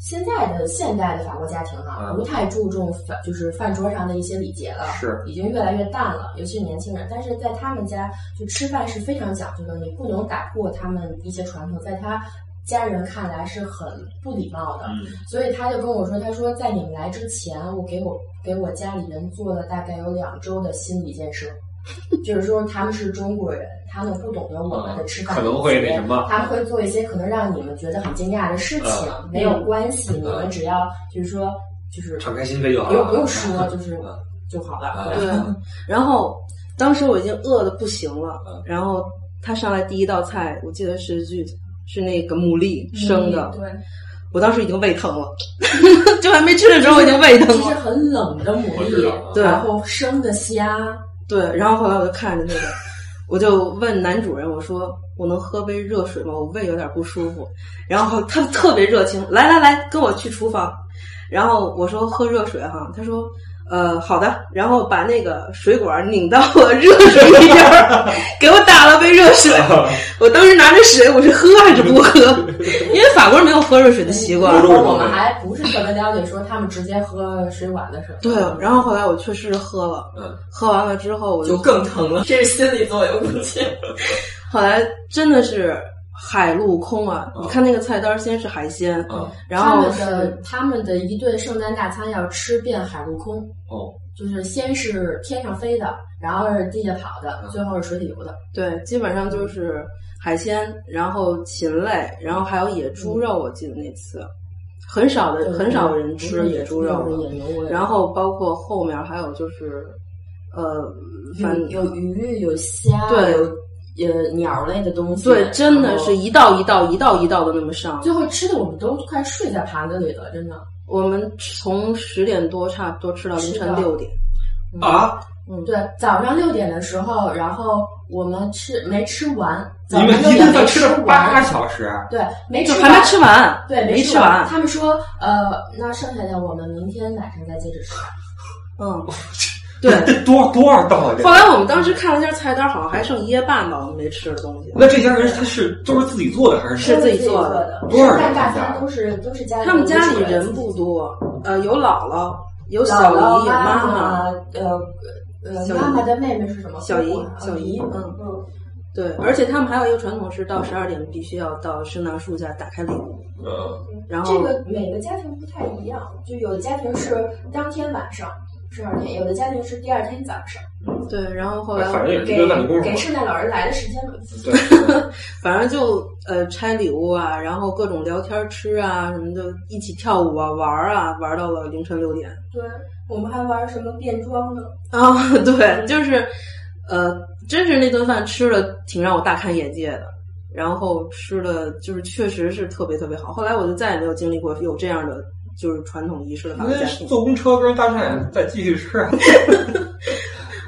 现在的现代的法国家庭哈、
嗯
不太注重饭就是饭桌上的一些礼节了，
是
已经越来越淡了，尤其是年轻人。但是在他们家，就吃饭是非常讲究的，你不能打破他们一些传统，在他家人看来是很不礼貌的。
嗯
所以他就跟我说，他说在你们来之前，我给我给我家里人做了大概有两周的心 理建设，就是说他们是中国人，他们不懂得我们的吃饭
可能会那什么
他们会做一些可能让你们觉得很惊讶的事情，
嗯
没有关系，你们只要就是说就是
敞开心扉就好
不用
了，嗯
不 用说，就是就好了。
啊
对， 然后当时我已经饿的不行了，然后他上来第一道菜，我记得是句是那个牡蛎生的，
对，
我当时已经胃疼了， 就还没吃的时候我已经胃疼
其实
了。
很冷的牡
我知道啊
蛎，然后生的虾，
对，然后后来我就看着那个，我就问男主人，我说我能喝杯热水吗？我胃有点不舒服。然后他特别热情，来来来，跟我去厨房。然后我说喝热水哈，他说呃好的，然后把那个水管拧到我热水里边儿，给我打了杯热水。
嗯
我当时拿着水，我是喝还是不喝？ 因为法国人没有喝热水的习惯
然。后
欧洲
我
人
们还不是特别了解，说他们直接喝水管的水。
对，然后后来我确实是喝了，
嗯，
喝完了之后我
就更疼了，这是心理作用，估计。
后来真的是海陆空啊！
嗯
你看那个菜单儿，先是海鲜，
嗯
然后
他们的
是
他们的一顿圣诞大餐要吃遍海陆空，
哦，
就是先是天上飞的，然后是地下跑
嗯
的，最后是水底游的。
对，基本上就是海鲜，然后禽类，然后还有野猪肉，我记得那次。很少的
对
很少人吃野猪肉
的
了。
野牛味，
然后包括后面还有就是，呃，反
嗯有有鱼有虾，
对
有呃鸟类的东西，
对，真的是
然后
一道一道一道一道的那么上。
最后吃的我们都快睡在盘子里了，真的。
我们从十点多差不多吃到凌晨
吃到
六点。
啊！
嗯，
对，早上六点的时候，然后我们吃没吃完，
你
早上
们
六
一顿
点没
饭吃
吃
了八
完，
小时，啊
对，没
就
吃
还没
完
吃完，
对，
没
吃
完。
他们说，呃，那剩下的我们明天晚上再接着吃。
嗯，对。
这多多少道啊！这
后来我们当时看了一下菜单，好像还剩一夜半吧，我们没吃的东西。
那这家人他是都是自己做的还
是
是
自己
做
做的
的，
多少人
但大
参加
餐都是都是家里
他们家里
人
人不多，呃，有姥姥，有小
姥姥
姨，有妈妈，
妈，呃呃，
小姨
妈妈的妹妹是什么？
小姨
姑姑，
小姨，嗯，
嗯，
对。而且他们还有一个传统是，到十二点必须要到圣诞树下打开礼物，
嗯，
然
这
后
个每个家庭不太一样，就有的家庭是当天晚上十二点，有的家庭是第二天早上，
对，然后后来
反正也是一
给
顿饭的功夫
给
嘛。
圣诞老人来的时间嘛。
对，
反正就呃拆礼物啊，然后各种聊天吃啊什么的，一起跳舞啊玩儿啊，玩到了凌晨六点。
对，我们还玩什么变装呢？
啊、对，就是，呃，真是那顿饭吃了挺让我大开眼界的，然后吃了就是确实是特别特别好。后来我就再也没有经历过有这样的就是传统仪式的法国家
那
庭，
坐公车跟大上海再继续吃啊。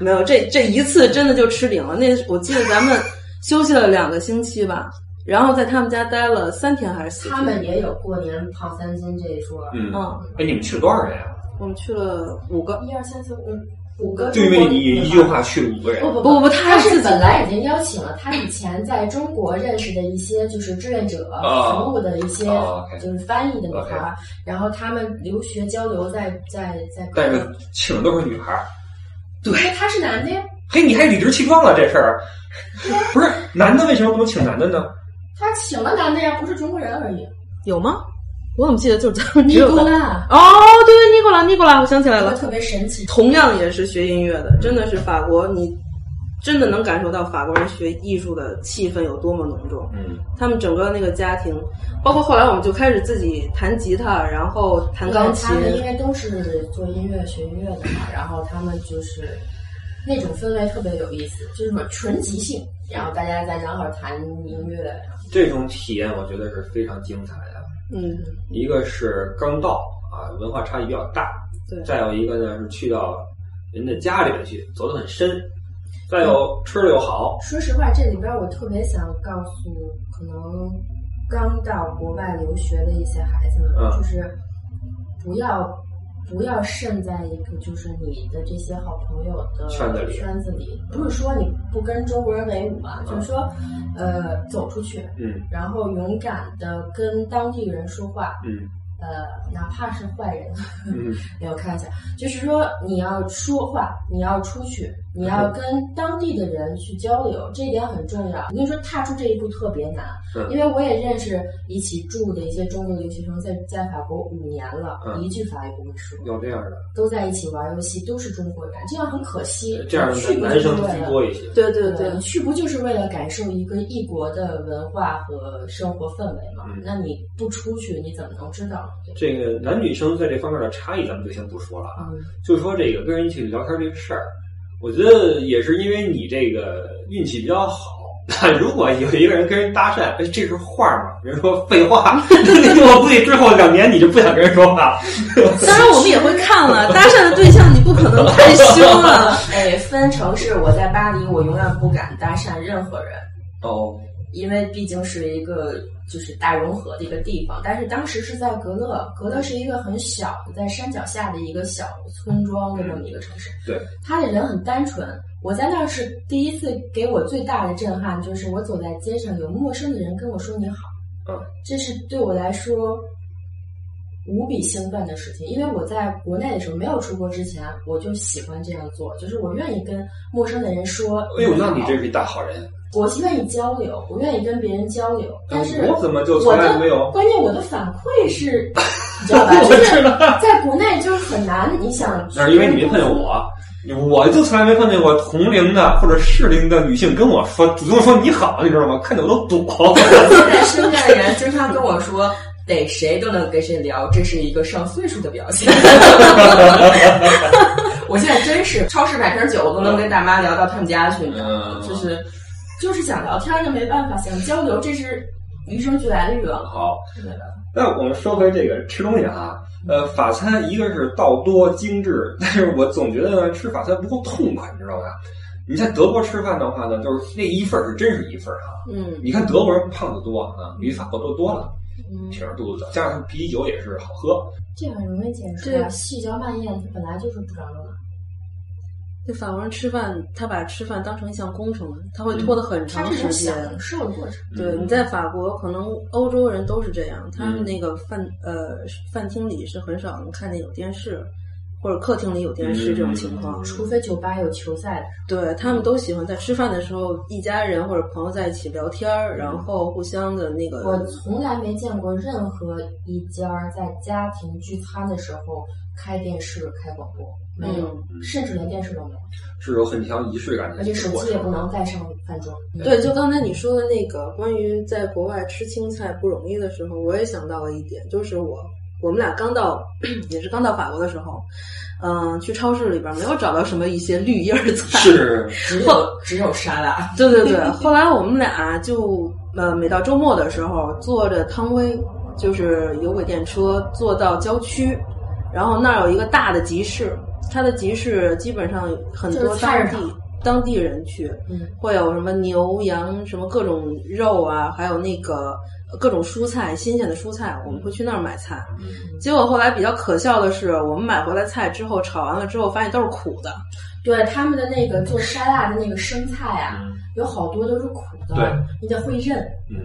没有这这一次真的就吃顶了。那我记得咱们休息了两个星期吧，然后在他们家待了三天还是四天。
他们也有过年胖三斤这一说，
嗯，
嗯，
哎，你们去了多少人呀？
我们去了五个，
哦一二三四五五个
就
中
因为
国人。
你一句话去了五个人
不。不
不不他
他
是
是
自己
本来已经邀请了他以前在中国认识的一些就是志愿者
啊
服务的一些
啊，OK
就是翻译的女孩儿，然后他们留学交流在在在，
但是请的都是女孩儿，
对，他是男的呀，
嘿，你还理直气壮了这事 儿？不是，男的为什么不能请男的呢？
他请了男的呀，不是中国人而已。
有吗？我怎么记得就是咱们只
尼
有
古
咱
拉，
哦，对对，尼古拉，尼古拉，我想起来
我
了。
特别神奇，
同样也是学音乐的，真的是法国，你真的能感受到法国人学艺术的气氛有多么浓重。
嗯，
他们整个那个家庭，包括后来我们就开始自己弹吉他，然后弹钢琴
他。们因为都是做音乐、学音乐的嘛，然后他们就是那种氛围特别有意思，就是什么纯即兴，然后大家在那会儿谈音乐，
这种体验我觉得是非常精彩的。
嗯，
一个是刚到啊，文化差异比较大；
对
再有一个呢是去到人家家里面去，走得很深；再有吃的又好，
说实话，这里边我特别想告诉可能刚到国外留学的一些孩子们，
嗯
就是不要不要陷在一个就是你的这些好朋友的
圈子里嗯
圈子里不是说你不跟中国人为伍啊，就是说呃走出去，
嗯
然后勇敢的跟当地人说话，
嗯
呃，哪怕是坏人，
嗯
没有开玩笑，就是说你要说话，你要出去，你要跟当地的人去交流，这一点很重要。我跟你说，踏出这一步特别难，
嗯
因为我也认识一起住的一些中国留学生在，在法国五年了，
嗯
一句法语不会说，
有这样的，
都在一起玩游戏，都是中国人，这样很可惜。
这样
去
的
不
男
就
男生
是为
居
了。
多一些。
对对对
你，去不就是为了感受一个异国的文化和生活氛围吗？
嗯
那你不出去，你怎么能知道呢？对吧
这个男女生在这方面的差异，咱们就先不说了啊。
嗯，
就说这个跟人去聊天这个事儿，我觉得也是因为你这个运气比较好。 如果有一个人跟人搭讪，哎，这是话嘛？人说废话， 那我估计之后两年你就不想跟人说话了。
当然我们也会看了，搭讪的对象你不可能太凶啊了。
哎，分城市，我在巴黎，我永远不敢搭讪任何人，
哦，
因为毕竟是一个就是大融合的一个地方。但是当时是在格勒，格勒是一个很小的，在山脚下的一个小村庄的这么一个城市。
嗯对，
它的人很单纯。我在那儿是第一次给我最大的震撼，就是我走在街上，有陌生的人跟我说你好，
嗯，
这是对我来说无比兴奋的事情，因为我在国内的时候没有出国之前，我就喜欢这样做，就是我愿意跟陌生的人说，
哎呦，那你真是一大好人。啊
我愿意交流，我愿意跟别人交流，但是
嗯我怎么就从
我
来
的
没有？
关键我的反馈是，你知 道吧？就是在国内就是很难，你想
那是因为你没碰见我，我就从来没碰见过同龄的或者适龄的女性跟我说主动说你好，你知道吗？看得我都躲。
现在身边的人经常跟我说，
逮谁都能跟谁聊，这是一个上岁数的表 现。 我现在真是超市买瓶酒，我都能跟大妈聊到他们家去，你知道吗？
嗯
就是就是想聊天儿就没办法，想交流，这是与生俱来的欲望。
好，
对吧
那我们说回这个吃东西啊，呃，
嗯
法餐一个是道多精致，但是我总觉得呢吃法餐不够痛快，你知道吧？你在德国吃饭的话呢，就是那一份儿是真是一份儿啊。
嗯
你看德国人胖子多
嗯
啊，比法国多多了，
嗯，
挺着肚子的，加上他们啤酒也是好喝。
这很容易解释啊。
对
细嚼慢咽，它本来就是不长肉的。
就法国人吃饭，他把吃饭当成一项工程了，他会拖得很
它
长
是一
时
种
间。
享受的过程。
对，你
嗯
在法国，可能欧洲人都是这样，他们
嗯
那个饭、呃饭厅里是很少能看见有电视，或者客厅里有电视这种情况。
嗯
除非酒吧有球赛的时
对他们都喜欢在吃饭的时候，一家人或者朋友在一起聊天儿，
嗯
然后互相的那
候，我
个，
从来没见过任何一家儿在家庭聚餐的时候开电视、开广播，没有，
嗯，
甚至连电视都没有，
是有很强仪式感的
而
一
且
个
手
过
机也
程。
不能带上饭桌。嗯
对，就刚才你说的那个关于在国外吃青菜不容易的时候，我也想到了一点，就是我我们俩刚到 也是刚到法国的时候，嗯、去超市里边儿没有找到什么一些绿叶儿菜，
是，
只有只有沙拉，
对对对，后来我们俩就呃，每到周末的时候，坐着汤威，就是有轨电车，坐到郊区，然后那儿有一个大的集市，它的集市基本上很
就
多
是菜
当
市
地
场
当地人去，
嗯，
会有什么牛羊什么各种肉啊，还有那个呃各种蔬菜，新鲜的蔬菜，我们会去那儿买菜。
嗯
结果后来比较可笑的是，我们买回来菜之后炒完了之后，发现都是苦的。
对他们的那个做沙拉的那个生菜啊，
嗯
有好多都是苦的，
对
你得会认。
嗯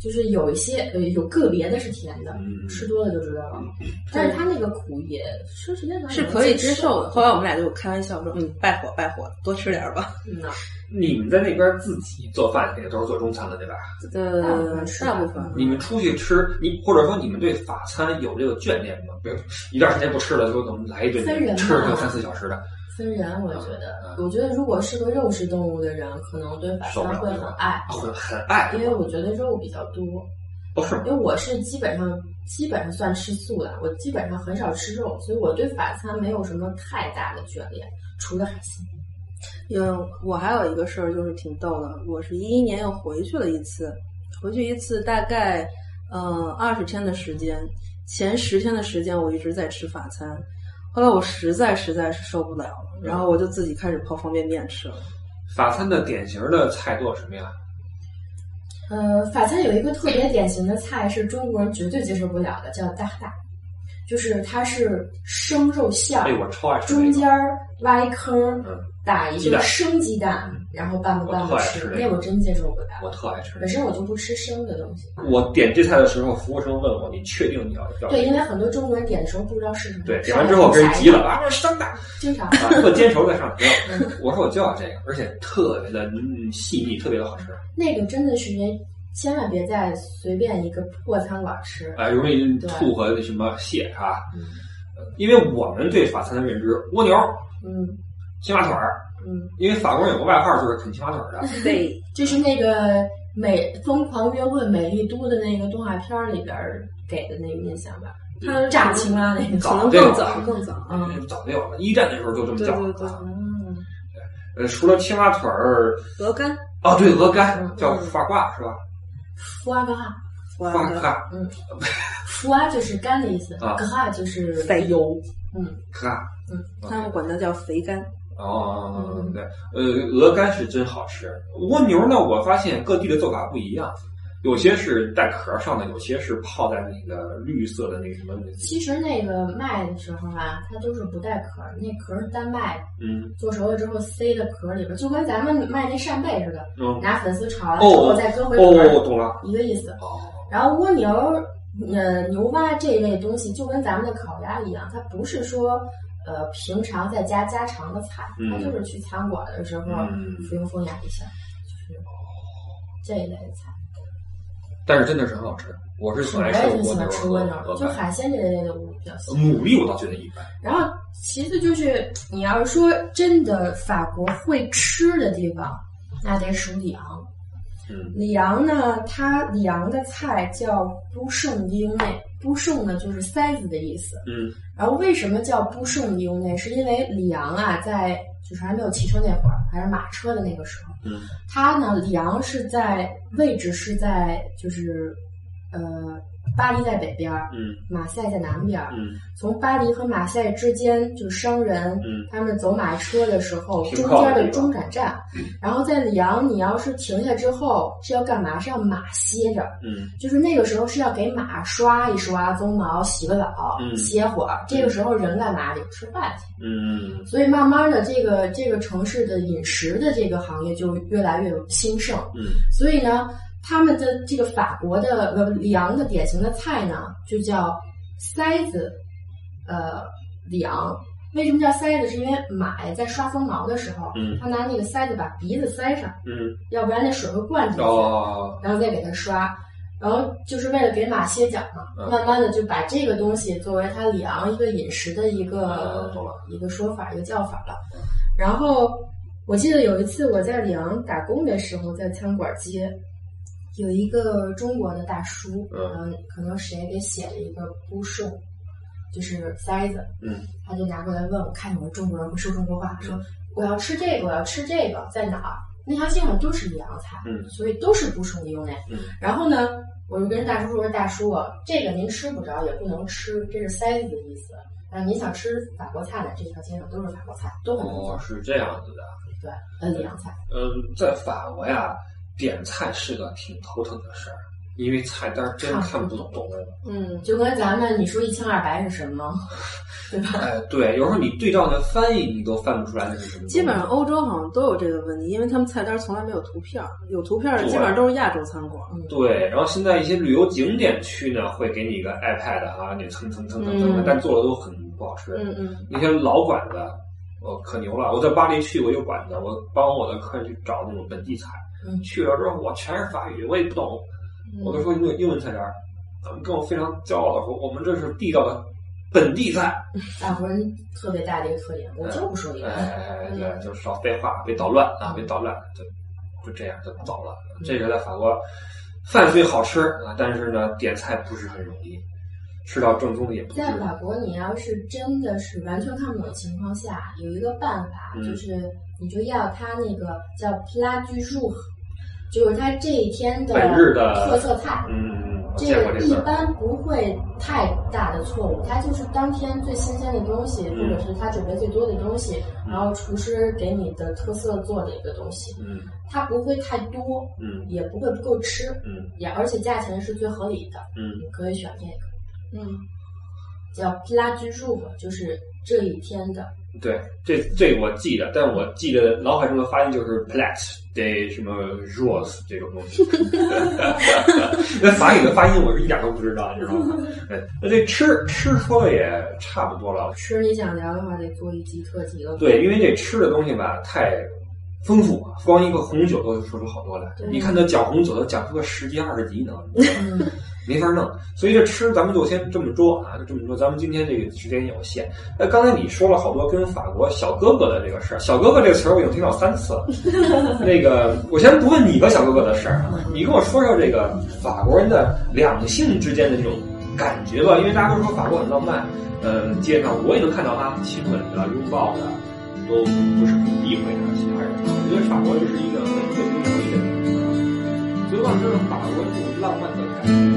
就是有一些呃有个别的是甜的，
嗯
吃多了就知道了。但是它那个苦也说实在的
是可以接受的。后来我们俩就开玩笑说：“嗯，败火败火，多吃点儿吧。
嗯呐，
你们在那边自己做饭也都是做中餐了，对吧？”
呃
嗯大部分，是
大部分
你们出去吃，你或者说你们对法餐有这个眷恋吗？比如一段时间不吃了，说我们来一顿
分人嘛
吃个三四小时的，
分人，我觉得，
嗯
我觉得如果是个肉食动物的人，可能对法
受不
餐
了
会很爱，
很啊很爱。
因为我觉得肉比较多，
哦是吗
因为我是基本上基本上算吃素的，我基本上很少吃肉，所以我对法餐没有什么太大的眷恋，除了海鲜。
嗯，我还有一个事儿就是挺逗的，我是一一年又回去了一次，回去一次大概嗯二十天的时间，前十天的时间我一直在吃法餐，后来我实在实在是受不了了，然后我就自己开始泡方便面吃了。
法餐的典型的菜做什么呀？
呃，法餐有一个特别典型的菜是中国人绝对接受不了的，叫大大，就是它是生肉馅儿
哎，，我超爱吃那
中
个
间儿挖一坑儿
嗯，
打一
鸡
个
蛋
生鸡蛋
嗯，
然后拌吧拌
我
吧
特爱吃
吃，
这个
那我真接受不了。
我嗯特爱吃那
本
个。
身我就不吃生的东西，
我点这菜的时候，服务生问我：“你确定你要要？”
对，因为很多中国人点的时候不知道是什么，
对，点完之后跟人急了 啊，三大
经常嗯
啊，做煎熟再上不要。我说我就要这个，而且特别的嗯细腻，特别的好吃，
那个真的是人，千万别在随便一个破餐馆吃。
哎，容易
对
吐和那什么泻啊。
嗯
因为我们对法餐的认知，蜗牛、
嗯
青蛙腿儿，
嗯，
因为法国人有个外号就是啃青蛙腿儿的，
对，
就是那个美《疯狂约会美丽都》的那个动画片儿里边儿给的那个印象吧，
它
炸青蛙那个。
可能
对
更
吧
早更早，
嗯
早就有了，一战的时候就这么
对
叫
对对，
啊。
嗯，
呃，除了青蛙腿儿，
鹅肝、
哦，对，鹅肝
嗯嗯
叫法挂是吧？
福娃啊干哈？
花
法
干
挂
福啊就是干的意思，
啊
格哈就是
肥
油。
嘎，
嗯
他们管它叫肥肝。
哦，
嗯
对，呃，鹅肝是真好吃。蜗牛呢，我发现各地的做法不一样，有些是带壳上的，有些是泡在那个绿色的那个什么，嗯
其实那个卖的时候啊，它都是不带壳儿，那壳儿是单卖，
嗯
做熟了之后塞到壳儿里边儿，就跟咱们卖那扇贝似的，
嗯，
拿粉丝炒了之
哦
后再搁回壳
哦，我
儿，
懂了，
一个意思。
哦，
然后蜗牛、呃牛蛙这一类东西，就跟咱们的烤鸭一样，它不是说呃平常在家家常的菜，
嗯
它就是去餐馆的时候
嗯
服用风雅一下，就是这一类的菜。
但是真的是很好吃，我是挺
我
爱
也
吃
挺喜
蜗牛
欢吃蜗牛
和嗯
的，
鹅
就
肝。
海鲜这一类的我比较喜欢。
牡蛎我倒觉得一般。
然后其次就是你要是说真的法国会吃的地方，那得数里昂。
嗯
里昂呢，它里昂的菜叫不胜英内，不胜呢就是塞子的意思。
嗯
然后为什么叫不胜英内？是因为里昂啊，在就是还没有汽车那会儿，还是马车的那个时候，
嗯
它呢里昂是在位置是在就是呃巴黎在北边儿，
嗯
马赛在南边儿。
嗯
从巴黎和马赛之间，就是商人
嗯
他们走马车的时候，
停
中
靠的
间的
地方嗯
中转站。然后在里昂，你要是停下之后是要干嘛？是要马歇着，
嗯
就是那个时候是要给马刷一刷鬃毛、洗个澡、
嗯
歇会儿。这个时候人干嘛去？吃饭去。
嗯
所以慢慢的，这个这个城市的饮食的这个行业就越来越兴盛。
嗯
所以呢，他们的这个法国的呃里昂的典型的菜呢，就叫塞子，呃，里昂。为什么叫塞子？是因为马在刷鬃毛的时候，
嗯
他拿那个塞子把鼻子塞上，
嗯
要不然那水会灌进去，
哦
然后再给它刷。然后就是为了给马歇脚嘛，
嗯
慢慢的就把这个东西作为它里昂一个饮食的一个、
嗯
一个说法、一个叫法了。然后我记得有一次我在里昂打工的时候，在餐馆街有一个中国的大叔，
嗯
嗯，可能谁给写了一个不顺，就是塞子，
嗯，
他就拿过来问我，看你们中国人不说中国话，说我要吃这个，我要吃这个，在哪儿？那条街上都是里昂菜，
嗯
所以都是不顺用的。
嗯
然后呢，我就跟大叔说：“大叔啊，这个您吃不着，也不能吃，这是塞子的意思。啊，您想吃法国菜呢，这条街上都是法国菜，都很多
哦，是这样子的。
对，呃，里昂菜。
嗯，在法国呀，点菜是个挺头疼的事儿，因为菜单真看不懂。
嗯，
就跟咱们你说一清二白是什么，对吧？
哎，对，有时候你对照那翻译，你都翻不出来那是什么东西。
基本上欧洲好像都有这个问题，因为他们菜单从来没有图片儿，有图片儿的
对
基本上都是亚洲餐馆。
对，然后现在一些旅游景点区呢，会给你一个 iPad 啊，你蹭蹭蹭蹭蹭，
嗯
但做的都很不好吃。
嗯嗯，
那些老馆子，我可牛了。我在巴黎去过一个馆子，我帮我的客人去找那种本地菜。
嗯
去了之后，我全是法语，我也不懂。我都
嗯
说英文英文菜单儿，他们跟我非常骄傲的说，我们这是地道的本地菜。
法国人特别大的一个特点，我就不说英
哎
文。
哎哎，对，就少废话，别捣乱啊，别捣乱，就就这样就走了。
嗯
这个在法国，饭虽好吃啊，但是呢，点菜不是很容易，吃到正宗的也不是。
在法国，你要是真的是完全看不懂的情况下，有一个办法，
嗯
就是你就要它那个叫 plat du jour，就是它这一天的
本日的
特色菜。
嗯嗯嗯，我
这
见过
个
这
一
字儿。
般不会太大的错误，它就是当天最新鲜的东西，
嗯
或者是它准备最多的东西，
嗯
然后厨师给你的特色做的一个东西，
嗯
它不会太多，
嗯
也不会不够吃，
嗯
也而且价钱是最合理的，
嗯
你可以选这个。
嗯，
叫 plat du jour，就是这一天的。
嗯，对，这这我记得，但我记得脑海中的发音就是 plat 得什么 rose 这种东西。 那法语的发音我是一点都不知道，你知道吗？哎，那这吃吃说的也差不多了，
吃你想聊的话，得做一集特辑了。
对，因为这吃的东西吧太丰富了，光一个红酒都说出好多来。
对
你看他讲红酒，都讲出个十几二十集呢，
嗯，
没法弄。所以这吃咱们就先这么说啊，就这么说。咱们今天这个时间有限。那刚才你说了好多跟法国小哥哥的这个事儿，小哥哥这个词儿我已经听到三次了。那个，我先不问你个小哥哥的事儿啊，你跟我说说这个法国人的两性之间的这种感觉吧，因为大家都说法国很浪漫，嗯，街上我也能看到啊，亲吻的、拥抱的，都不是很避讳的其他人。我觉得法国就是一个很文明的一个地方，所以我想知道法国这种浪漫的感觉。